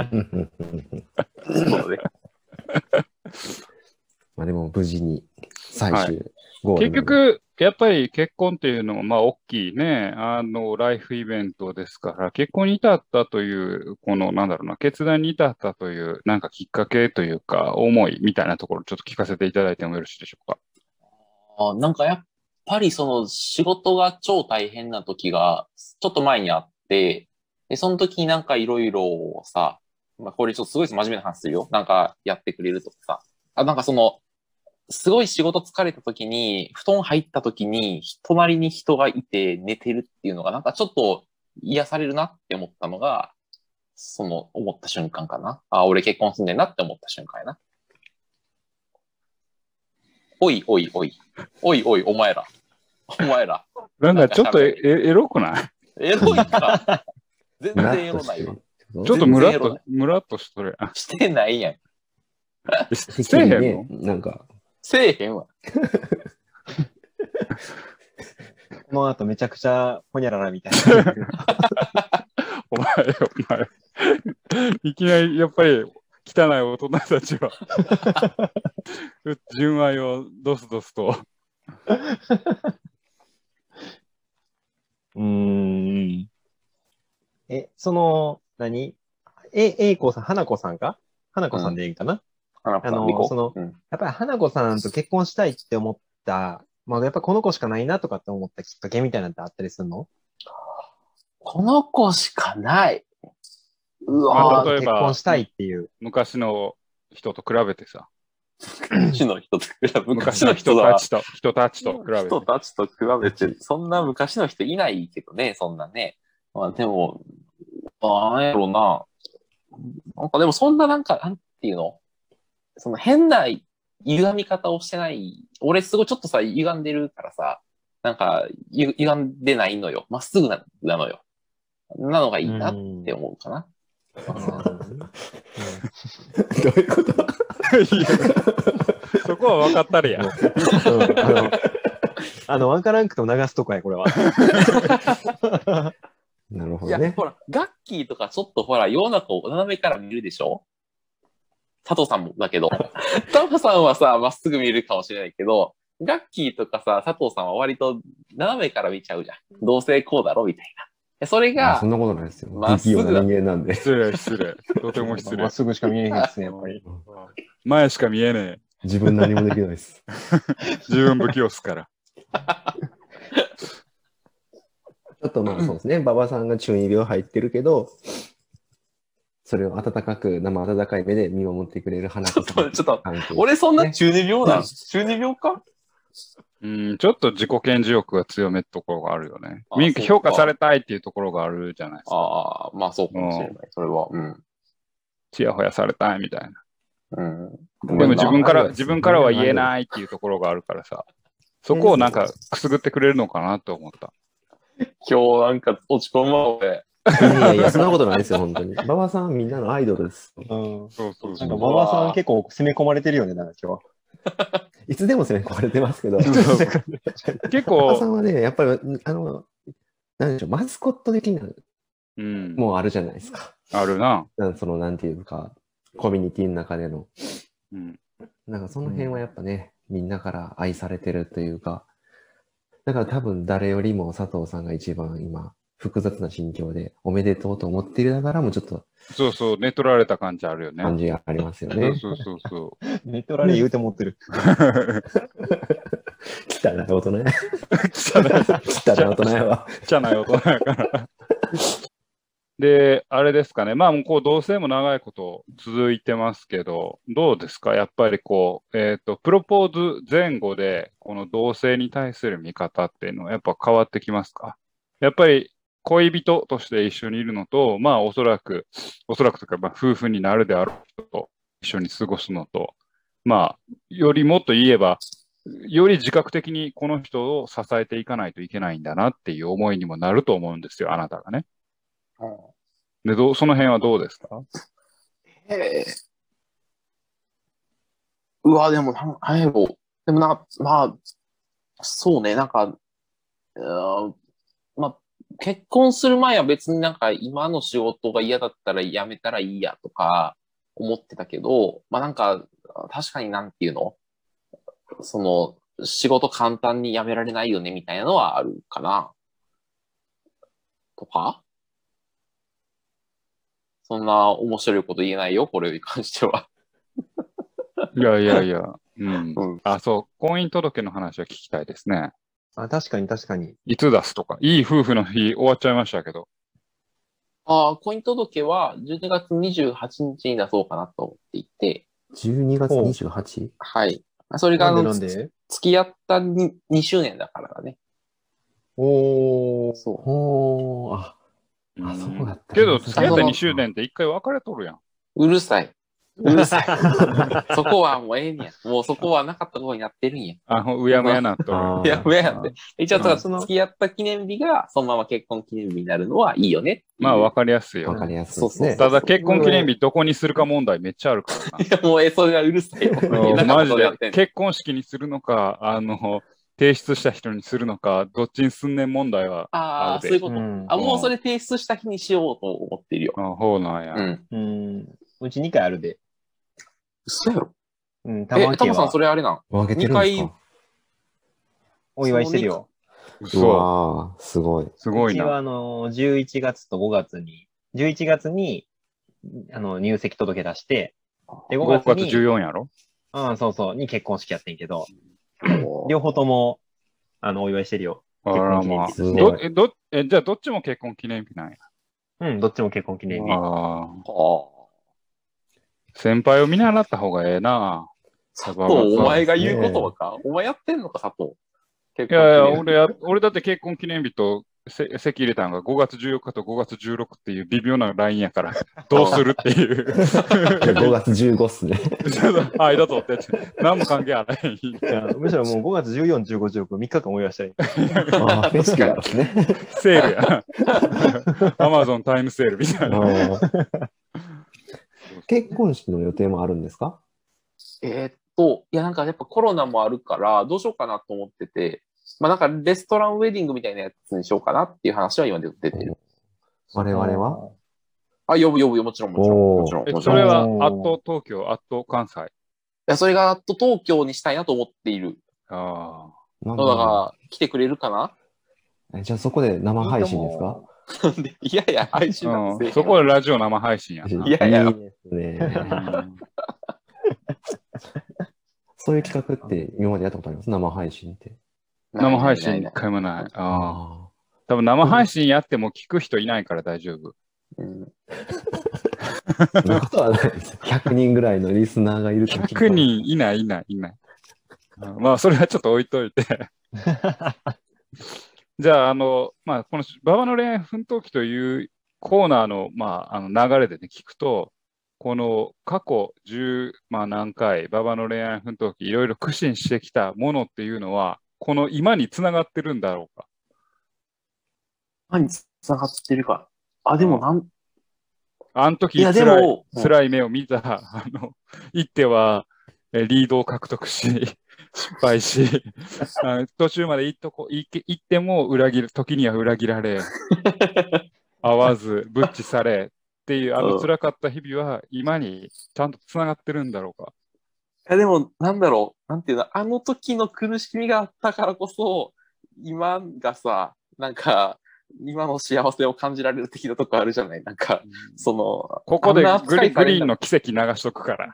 S4: まあでも無事に最終ゴー
S1: 結
S4: ルまで、
S1: 局、やっぱり結婚っていうのは、まあ、大きいね、あの、ライフイベントですから、結婚に至ったという、この、なんだろうな、決断に至ったという、なんかきっかけというか、思いみたいなところ、ちょっと聞かせていただいてもよろしいでしょうか。
S2: あなんかやっぱりその仕事が超大変な時がちょっと前にあって、で、その時になんかいろいろさ、まあこれちょっとすごい真面目な話するよ。なんかやってくれるとかさ。あ、なんかその、すごい仕事疲れた時に、布団入った時に、隣に人がいて寝てるっていうのが、なんかちょっと癒されるなって思ったのが、その思った瞬間かな。あ、俺結婚すんねんなって思った瞬間やな。おいおいおい。おいおい、お前ら。お前ら。
S1: なんか、ちょっと
S2: なん
S1: え
S2: か
S1: エロくない
S2: エロいか。全
S4: ムラ
S2: 然エ
S4: ッと
S2: ロ
S4: し
S2: な
S4: て
S2: い
S4: る
S2: わ。
S4: てこと
S1: ちょっとムラっ
S2: 全然エロ
S1: と
S2: な、
S1: ムラっとしとるやん。
S2: してないやん。
S1: し
S4: 適
S1: せえへ
S4: 宜
S1: んの、
S4: ね、なんか、
S2: せえへんわ。
S3: この後めちゃくちゃほにゃららみたいな。
S1: お前、お前。いきなり、やっぱり、汚い大人たちは、純愛をドスドスと。
S3: うーん。え、その、何え、えいこさん、花子さんか花子さんでいいかな、
S2: あの
S3: あのその
S2: うん、
S3: やっぱり花子さんと結婚したいって思った、まあやっぱこの子しかないなとかって思ったきっかけみたいなのってあったりするの
S2: この子しかない。う
S1: ま
S2: わ
S1: あ例え
S2: ぁ、
S1: ば
S3: 結婚したいっていう。
S1: 昔の人と比べてさ、
S2: 昔の人と比べ、
S1: 昔の人たちと、人たちと比べて。
S2: 人たちと比べて、そんな昔の人いないけどね、そんなね。まあでも、まあなんやろうな。なんかでもそんななんか、なんていうのその変な歪み方をしてない。俺すごいちょっとさ、歪んでるからさ、なんか、ゆ歪んでないのよ。まっすぐななのよ。なのがいいなって思うかな。
S4: どういうこと
S1: いやそこは分かったれや。
S3: うんあの、あの、わからんくても流すとこや、これは。
S4: なるほ
S2: い
S4: ど
S2: や、
S4: ね。
S2: ほら、ガッキーとかちょっとほら、世の中を斜めから見るでしょ佐藤さんもだけど。 タマさんはさ、まっすぐ見るかもしれないけど、ガッキーとかさ、佐藤さんは割と斜めから見ちゃうじゃん。どうせこうだろみたいな。でそれ
S4: あ
S2: が
S4: そん、なことないですよ。
S2: まっ
S4: 不
S2: す
S4: 器
S2: ぐだ
S4: 用な人間なんで。
S1: 失礼、失礼。とても失
S3: ま
S1: 礼
S3: っ。すぐしか見えへんですね、やっぱり。
S1: 前しか見えねえ。
S4: 自分何もできないです。
S1: 自分不器用っすから。
S4: ちょっとまあそうですね、馬場さんが中二病入ってるけど、それを温かく、生温かい目で見守ってくれる花
S2: ちょ
S4: 子
S2: っと、
S4: さん。
S2: ちょっと、
S4: 関係
S2: 俺そんな中二病なの
S4: ね
S2: 中二病か
S1: うん、ちょっと自己顕示欲が強めってところがあるよね
S2: あ。
S1: みん
S2: そうか
S1: 評価されたいっていうところがあるじゃないですか。
S2: ああ、まあそうかもしれない。それは。うん。
S1: ちやほやされたいみたいな。
S2: うん。
S1: でも自分か
S4: あ
S1: ら、
S4: るです
S1: 自
S4: ね
S1: 分からは言えないっていうところがあるからさ。そこをなんかくすぐってくれるのかなと思った。
S2: 今日なんか落ち込むわ、俺。
S4: いやいや、そんなことないですよ、本当に。馬場さんはみんなのアイドルです。
S3: うん。
S1: そうそう
S3: な
S1: そ
S3: んか、
S1: う。
S3: 馬場さん結構攻め込まれてるよね、なんか今 日。
S4: いつでも攻め込まれてますけど、 馬
S1: 結
S4: 場
S1: 構、
S4: さんはね、やっぱり、あの、なんでしょう、マスコット的な、
S1: うん、
S4: もうあるじゃないですか。
S1: あるな。
S4: なんその、なんていうか、コミュニティの中での。
S1: うん、
S4: なんかその辺はやっぱね、みんなから愛されてるというか、だから多分誰よりも佐藤さんが一番今、複雑な心境でおめでとうと思っているながらもちょっと
S1: そうそう、寝取られた感じあるよね。
S4: 感じがありますよ
S1: そう
S4: ね。
S1: そうそうそ
S3: ネットラリー言うて持ってる。
S1: う。
S4: 汚い大人や。
S1: 汚
S4: 汚い大人やわ。
S1: い、汚い大人やから。で、あれですかね、まあもうこう同性も長いこと続いてますけど、どうですかやっぱりこう、えっ、と、プロポーズ前後で、この同性に対する見方っていうのはやっぱ変わってきますかやっぱり恋人として一緒にいるのと、まあおそらく、おそらくというか、まあ夫婦になるであろう人と一緒に過ごすのと、まあ、よりもっと言えば、より自覚的にこの人を支えていかないといけないんだなっていう思いにもなると思うんですよ、あなたがね。
S2: うん
S1: で、どうその辺はどうですか
S2: へえ。うわ、でも、なんあれも、でもなんか、まあ、そうね、なんか、うーんまあ、結婚する前は別になんか今の仕事が嫌だったら辞めたらいいやとか思ってたけど、まあなんか、確かになんていうのその、仕事簡単に辞められないよねみたいなのはあるかなとかそんな面白いこと言えないよ、これに関しては。
S1: いやいやいや、うん。
S2: うん。
S1: あ、そう、婚姻届の話は聞きたいですね。
S3: あ、確かに確かに。
S1: いつ出すとか、いい夫婦の日終わっちゃいましたけど、
S2: ああ、婚姻届は12月28日に出そうかなと思っていて、
S4: 12月 28?
S2: はい。それが、
S3: な
S2: あ
S3: んでな
S2: の、
S3: ん
S2: つ
S3: で
S2: 付き合ったに2周年だからだね。
S3: おー。
S2: そ
S4: ほー、あ、あそうだった
S1: けど、付き合って
S2: あの
S1: 2周年って1回別れとるやん。
S2: う。うるさい。うるさい。 そこはもうええんや。もうそこはなかったことになってるんや。
S1: あの、うやむやなっとる。
S4: あー
S2: いや、上やんで。 一応、だから
S3: その
S2: 付き合った記念日が、そのまま結婚記念日になるのはいいよね。
S1: まあ、わかりやすい
S4: わ
S1: よ。
S4: かりやすいです
S2: そう
S4: ね
S2: そう。
S1: ただ、結婚記念日どこにするか問題めっちゃあるからな。
S2: い や、もうええ、それはうるさいよ。
S1: うん
S2: なか
S1: マ
S2: ったこ
S1: ジ
S2: とになって
S1: で
S2: んね
S1: 結婚式にするのか、あの、提出した人にするのか、どっちにすんねん問題は、
S2: ああ、そういうこと。
S3: うん
S2: あ、もうそれ提出した日にしようと思ってるよ。
S1: あほうなんや。
S2: うん。
S3: うん。うち2回あるで。
S2: 嘘やろ
S3: うん、
S2: え、タ
S3: 家
S2: モさん
S3: は
S2: それあれなん
S4: 分けてるんですか
S3: お祝いしてるよ。
S4: う
S1: 嘘、
S4: わー、すごい。
S1: すごいう
S3: ちは
S1: な。
S3: あの、11月と5月に、11月に、あの、入籍届出して、で、5
S1: 5
S3: 月
S1: 月
S3: に、
S1: 14やろ
S3: うん、そうそう、に結婚式やってんけど、
S2: おー
S3: 両方とも、あの、お祝いしてるよ。
S1: あらまあ。
S3: 結
S4: 婚記念日
S1: どえどえじゃあ、どっちも結婚記念日なんや。
S3: うん、どっちも結婚記念日。
S1: ああ。
S2: あ
S1: 先輩を見習った方がええな。
S2: 佐藤、お前が言う言葉か、お前やってんのか、佐藤。結
S1: いやいや、
S2: 構
S1: 俺や、俺だって結婚記念日とせ席入れたのが5月14日と5月16っていう微妙なラインや から、どうするっていう。
S4: 5月15っすね。
S1: ちょ っと間取ってって、何も関係あらへん。
S3: いやむしろもう5月14、15、16、3日間お祝いしたい。
S4: ああ、フェスなんですね。
S1: セールやな。アマゾンタイムセールみたいな。
S4: ああ結婚式の予定もあるんですか
S2: えーっと、いや、なんかやっぱコロナもあるから、どうしようかなと思ってて、まあなんかレストランウェディングみたいなやつにしようかなっていう話は今出てる。
S4: 我々は
S2: あ、呼ぶ呼ぶよ、もちろんもちろん。
S4: おー
S2: もちろん。
S1: え
S2: もち
S1: そ
S2: ろん
S1: れ
S2: い
S1: は、アット東京、アット関西。
S2: や、それがと東京にしたいなと思っている。
S1: あ
S4: なん
S2: だから、来てくれるかな
S4: えじゃあそこで生配信ですか
S2: でいやいや、配信な
S1: あ、
S2: んて
S1: う
S2: せえへ
S1: ん。
S2: ん
S1: そこはラジオ生配信やな。
S2: いやいや
S4: いですね。
S1: うん
S4: そういう企画って今までやったことあります生配信って。
S1: 生配信
S2: ない
S1: 一
S2: ない
S1: 回もない。ああ。
S4: あ
S1: 多分生配信やっても聞く人いないから大丈夫。
S2: うん
S4: あ。そんなことはないです。100人ぐらいのリスナーがいると聞いた
S1: 100。人いないいないいない。うんまあ、それはちょっと置いといて。じゃあ、あの、まあ、この、馬場の恋愛奮闘記というコーナーの、まあ、あの流れでね、聞くと、この過去10、まあ、何回、馬場の恋愛奮闘記、いろいろ苦心してきたものっていうのは、この今につながってるんだろうか。
S2: 何に繋がってるか。あ、でもなん、
S1: あの時
S2: いやで
S1: 辛い
S2: も、
S1: 辛い目を見た、 あの、一手は、えリードを獲得し、 失敗し、 あ途中まで行っとこ行け行っても裏切る、時には裏切られ、会わず、ブッチされっていう、あ
S2: う
S1: の
S2: ん
S1: 辛かった日々は、今にちゃんとつながってるんだろうか。
S2: いやでも、なんだろう、なんていうの、あの時の苦しみがあったからこそ、今がさ、なんか、今の幸せを感じられる的なとこあるじゃないなんか、その、
S1: ここで
S2: あんな
S1: グ
S2: 扱
S1: リ
S2: い
S1: グ
S2: され
S1: リ
S2: ん
S1: ー
S2: だ
S1: ンの奇跡流しとくから。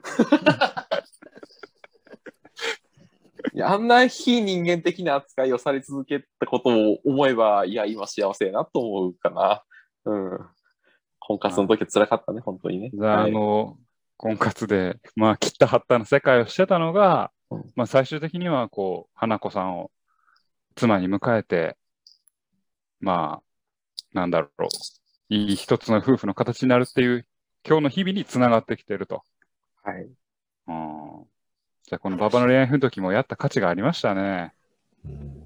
S2: いやあんな非人間的な扱いをされ続けたことを思えば、いや、今幸せやなと思うかな。うん。婚活の時は辛かったね、本当にね。
S1: じゃあ、
S2: は
S1: あ
S2: い
S1: の、婚活で、まあ、切った張ったの世界をしてたのが、
S2: うん
S1: まあ、最終的には、こう、花子さんを妻に迎えて、まあ、なんだろう、いい一つの夫婦の形になるっていう、今日の日々につながってきてると。
S2: はい。
S1: うん、じゃあ、このババの恋愛の時もやった価値がありました ね。
S4: うん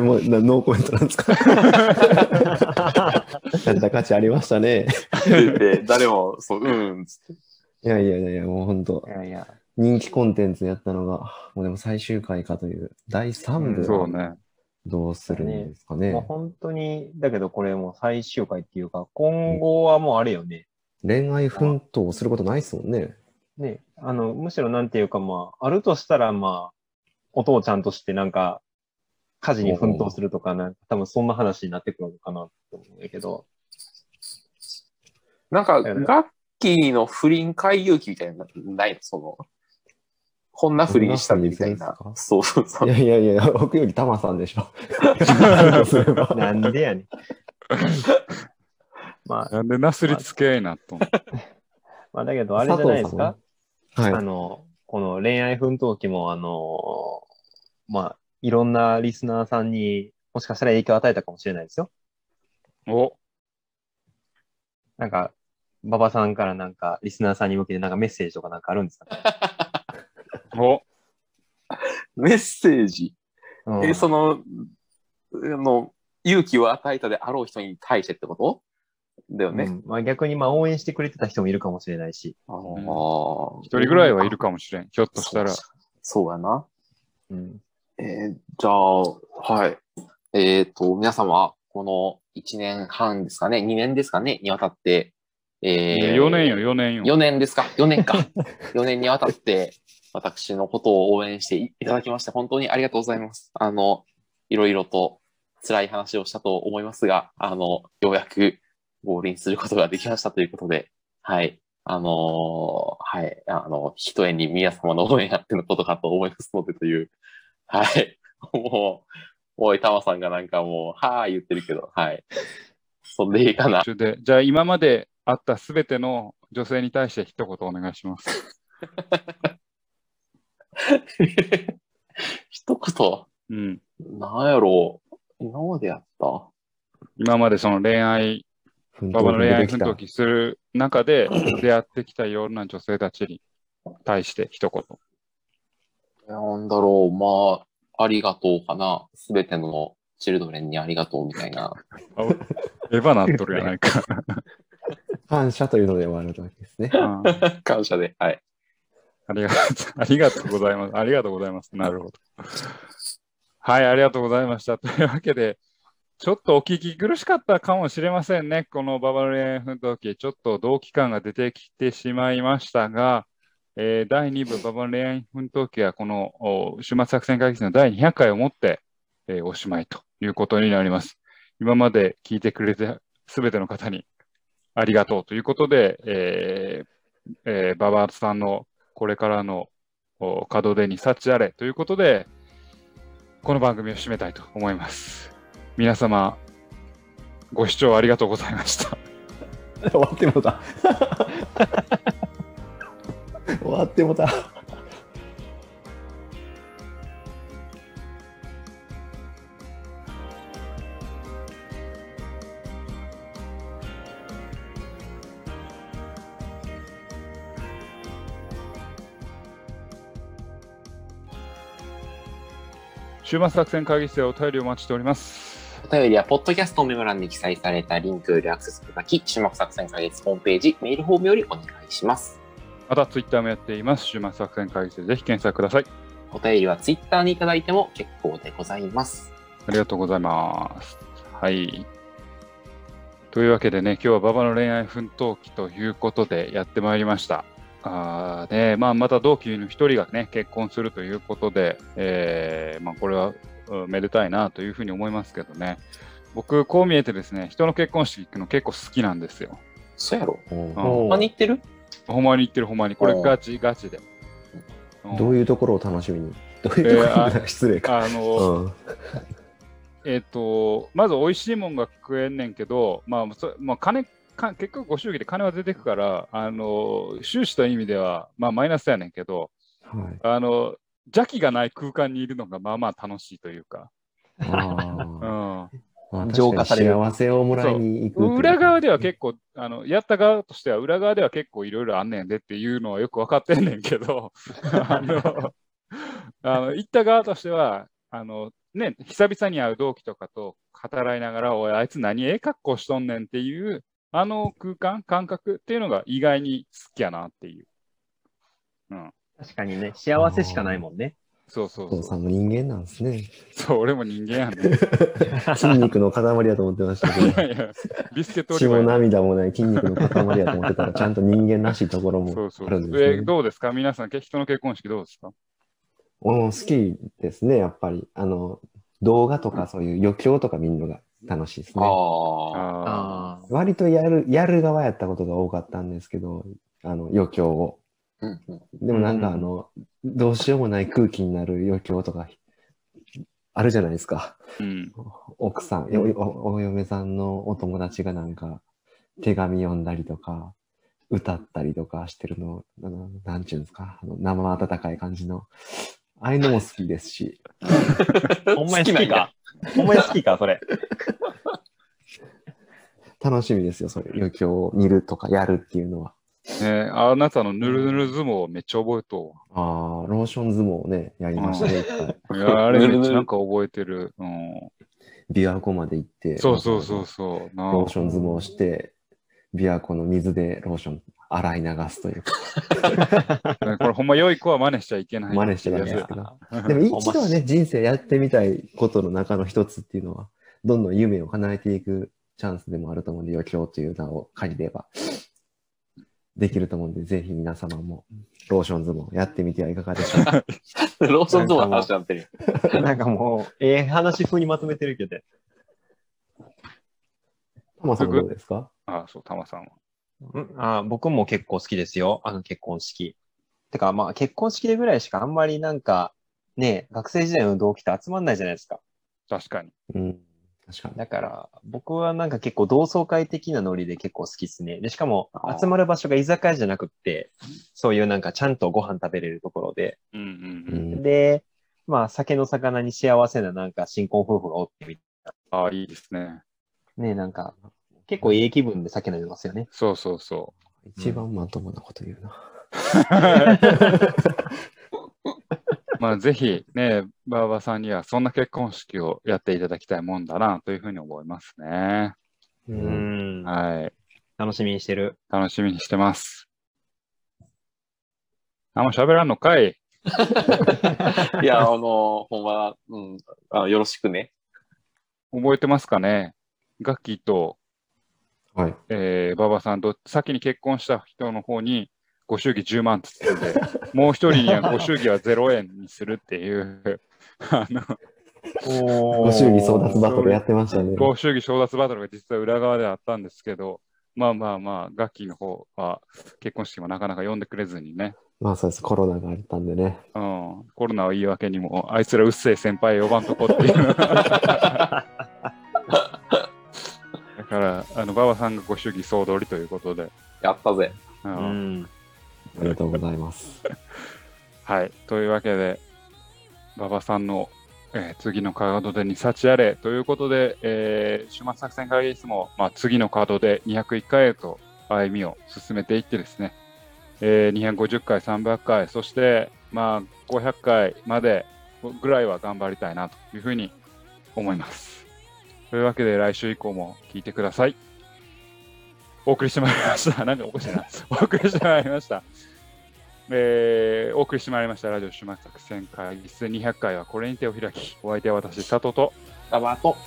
S4: もうなノーコメントなんですか なんだ価値ありましたね。
S2: で、誰も、そう、うん、つって。
S4: いやいやいやいや、もう本当
S3: いやいや。
S4: 人気コンテンツやったのが、もうでも最終回かという、第3
S3: う
S4: 部
S3: ん
S1: そうね。
S4: どうするんですかね。
S3: もう本当に、だけどこれもう最終回っていうか、今後はもうあれよね。
S4: 恋愛奮闘することないっすもんね。
S3: ね、あの、むしろなんていうかまあ、あるとしたらまあ、お父ちゃんとしてなんか、家事に奮闘するとかなんか、多分そんな話になってくるのかなと思うんだけど。
S2: なんか、
S3: だよね
S2: ガッキーの不倫回遊記みたいな、ないのその、こんな不倫したみたいな
S4: こんな不倫するん。です
S2: そうそうそ。
S4: いうやいやいや、僕よりタマさんでしょ。 そうすれば
S3: なんで やねん。まあ、
S1: なんでなすりつけ合いなと 思って。
S3: まあだけどあれじゃないですか。
S4: 佐藤さんは
S3: あの、この恋愛奮闘記も、あの、まあ、いろんなリスナーさんにもしかしたら影響を与えたかもしれないですよ。
S1: お、
S3: なんか、馬場さんからなんか、リスナーさんに向けてなんかメッセージとかなんかあるんですか、
S1: お、
S2: メッセージ。
S3: うん
S2: え、その、あの、勇気を与えたであろう人に対してってことだよ
S3: う
S2: ね。
S3: んまあ、逆にまあ応援してくれてた人もいるかもしれないし。
S2: あの
S1: うん
S2: ー
S1: 一人ぐらいはいるかもしれん。ひょっとしたら
S2: そう。そうやな。
S3: うん。
S2: えーじゃあ、はい。えっ、と、皆様、この1年半ですかね、2年ですかね、にわたって、えー
S1: 4年よ、4年よ。
S2: 4年ですか ?4 年か。4年にわたって、私のことを応援していいただきまして、本当にありがとうございます。あの、いろいろと辛い話をしたと思いますが、あの、ようやく合輪することができましたということで、はい。あのーはい。あの、一重に宮様の応援あってのことかと思いますのでという、はい。もう、おい、玉さんがなんかもう、はーい言ってるけど、はい。そんでいいかな。
S1: 途中で、じゃあ今まで会ったすべての女性に対して一言お願いします。
S2: 一
S1: うん。
S2: 言、なんやろう。今までやった。
S1: 今までその恋愛、
S4: 奮
S1: 馬場の恋愛
S4: 奮
S1: 奮
S4: 闘
S1: 闘期する中で出会ってきたいろんな女性たちに対して一言。
S2: なんだろう。まあ、ありがとうかな。すべてのチルドレンにありがとうみたいな。
S1: あ エヴァなっとるやない か。
S4: 感謝というので終わるわけですね。
S1: うん
S2: 感謝で。はい。
S1: ありがとう、あ りがとうございます。ありがとうございます。なるほど。はい、ありがとうございました。 というわけで、ちょっとお聞き苦しかったかもしれませんね。このババロレン奮闘記、ちょっと同期感が出てきてしまいましたが、えー第2部ババロレン奮闘記はこのお終末作戦会議室の第200回をもって、えーおしまいということになります。今まで聞いてくれてすべての方にありがとうということで、えーえーババさんのこれからのお門出に幸あれということで、この番組を締めたいと思います。皆様、ご視聴ありがとうございました。
S4: 終わってもうた。 終わってもうた。
S1: 週末作戦会議室でお便りをお待ちしております。
S2: お便りは、ポッドキャストのメモ欄に記載されたリンクよりアクセスいただき、注目作戦会議室ホームページ、メールフォームよりお願いします。
S1: また、ツイッターもやっています。週末作戦会議室でぜひ検索ください。
S2: お便りはツイッターにいただいても結構でございます。
S1: ありがとうございます。はい。というわけでね、今日は馬場の恋愛奮闘記ということでやってまいりました。あーねまあ、また同期の一人がね、結婚するということで、えーまあ、これはうんめでたいなというふうに思いますけどね。僕、こう見えてですね、人の結婚式行くの結構好きなんですよ。
S2: そうやろ
S1: お
S2: 他に行ってる
S1: ほんまに言ってるほんまに。これ
S2: おう
S1: ガチガチで。ん
S4: どういうところを楽しみにどういうところ、
S1: え
S4: 失礼か。
S1: あの、
S4: うん、
S1: えっ、と、まず美味しいもんが食えんねんけど、まあ、そまあ、金か、結局ご祝儀で金は出てくから、あの、収支という意味では、まあ、マイナスやねんけど、
S4: はい。
S1: あの、邪気がない空間にいるのが、まあまあ楽しいというか、う
S4: あ
S1: ん。
S4: あ、浄
S3: 浄化
S4: 化
S3: さ
S4: さ
S3: れ
S4: れ
S3: る
S4: 幸せをもらいに行くっていう。
S1: 裏側では結構、あの、やった側としては、裏側では結構いろいろあんねんでっていうのはよく分かってんねんけ ど、あの、あの行った側としては、あの、ね、久々に会う同期とかと働いながら、おい、あいつ何ええ格好しとんねんっていう、あの空間、感覚っていうのが意外に好きやなっていう。
S3: 確かにね、幸せしかないもんね。
S1: そうそう
S4: お
S1: そ
S4: 父
S1: う。
S4: さんも人間なんですね。
S1: そう、俺も人間や ねん。い
S4: 筋肉の塊だと思ってまし たけど。
S1: やいやビスケットオリ
S4: 血
S1: バー
S4: も
S1: や
S4: 涙もない筋肉の塊だと思ってた ら、ちゃんと人間らしいところも
S1: そうそう
S4: あるん。です
S1: え、
S4: ね。
S1: どうですか皆さん、け人の結婚式どうですか
S4: うん、好きですね、やっぱり。あの、動画とかそういう余興とか見るのが楽しいですね。
S2: ああ。
S1: あ
S3: あー
S4: 割とやる、やる側やったことが多かったんですけど、あの、余興を。
S2: うんうん
S4: でもなんか
S3: うん
S4: あの、どうしようもない空気になる余興とか、あるじゃないですか。
S1: ーうん。
S4: 奥さん、よおお嫁さんのお友達がなんか、手紙読んだりとか、歌ったりとかしてるの、あのなんちゅうんですか、あの生温かい感じの、ああいうのも好きですし、
S3: ほんま
S2: 好
S3: に好き
S2: きなん
S3: か
S2: や。
S3: ほんまに好きか、それ。
S4: 楽しみですよ、それ。余興を見るとかやるっていうのは。
S1: ねあなたのぬるぬる相撲めっちゃ覚えと
S4: ああ、ローション相撲をね、やりましたね、いっぱい。
S1: うわい やあれめっちゃなんか覚えてる。うん。
S4: 琵琶湖まで行って、
S1: そうそうそうそう。なあ
S4: ローション相撲をして、琵琶湖の水でローション洗い流すというか、
S1: ねこれほんま良い子は真似しちゃいけない。
S4: 真似してたん
S1: る
S4: で
S1: や
S4: す
S1: つ
S4: けど。でも一度はね、人生やってみたいことの中の一つっていうのは、どんどん夢を叶えていくチャンスでもあると思うんで、余興という名を借りれば。できると思うんで、ぜひ皆様も、ローションズもやってみてはいかがで しょうか。
S2: ローソンゾーンの話になってる。
S3: なんかもう、ええ話風にまとめてるけど。
S4: トマさんどうですか
S1: あ、そう、タマさんは。
S3: うんあ僕も結構好きですよ。あの結婚式。てか、まあ結婚式でぐらいしかあんまりなんか、ね、学生時代の同期って集まんないじゃないですか。
S1: 確かに。
S4: うん。確かに。
S3: だから、僕はなんか結構同窓会的なノリで結構好きですね。で、しかも
S2: あー
S3: 集まる場所が居酒屋じゃなくって、そういうなんかちゃんとご飯食べれるところで、
S1: うんう
S4: うんん。
S3: で、まあ酒の魚に幸せななんか新婚夫婦がおってみ
S1: うん。あ、いいですね。
S3: ね、なんか結構いい気分で酒飲みますよね。
S1: そうそうそ
S4: 一番まともなこと言うな。
S1: う。まあぜひね、ばあばさんにはそんな結婚式をやっていただきたいもんだなというふうに思いますね。
S3: う
S4: うん
S3: ん。
S1: はい。
S3: 楽しみにしてる。
S1: 楽しみにしてます。あんま喋らんのかい
S2: いや、あの、ほんま、うんあの、よろしくね。
S1: 覚えてますかねガッキーと、
S4: はい。
S1: えー、馬場さんと先に結婚した人の方にご祝儀10万つってんで、もう一人にはご祝儀は0円にするっていう、あの、
S4: ご
S3: ご
S4: 祝儀争奪バトルやってましたね。
S1: ご祝儀争奪バトルが実は裏側ではあったんですけど、まあまあまあ、ガッキーの方は結婚式もなかなか呼んでくれずにね、
S4: まあそうです。コロナがあったんでね。
S1: うん、コロナを言い訳にも、あいつらうっせえ先輩呼ばんとこっていう。だから、あの馬場さんがご祝儀総取りということで、
S2: やったぜ。
S1: う
S3: うんん。
S4: ありがとうございます。
S1: はい。というわけで、馬場さんの、えー次のカードでに幸あれということで、えー、週末作戦会議室も、まあ、次のカードで201回へと歩みを進めていってですね、えー250回、300回、そして、まあ、500回までぐらいは頑張りたいなというふうに思います。というわけで、来週以降も聞いてください。お送りしてまいりました。なんかおかしいな。お送りしてまいりました。えーお送りしてまいりましたラジオ終末作戦会議室200回はこれに手を開きお相手は私佐藤と
S2: ラバーと、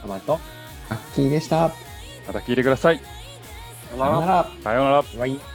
S3: トマト。
S4: アッキーでした。
S1: また聞いてください
S2: さよな
S3: さよ
S2: ら
S3: なら。
S1: さようなら
S3: バイ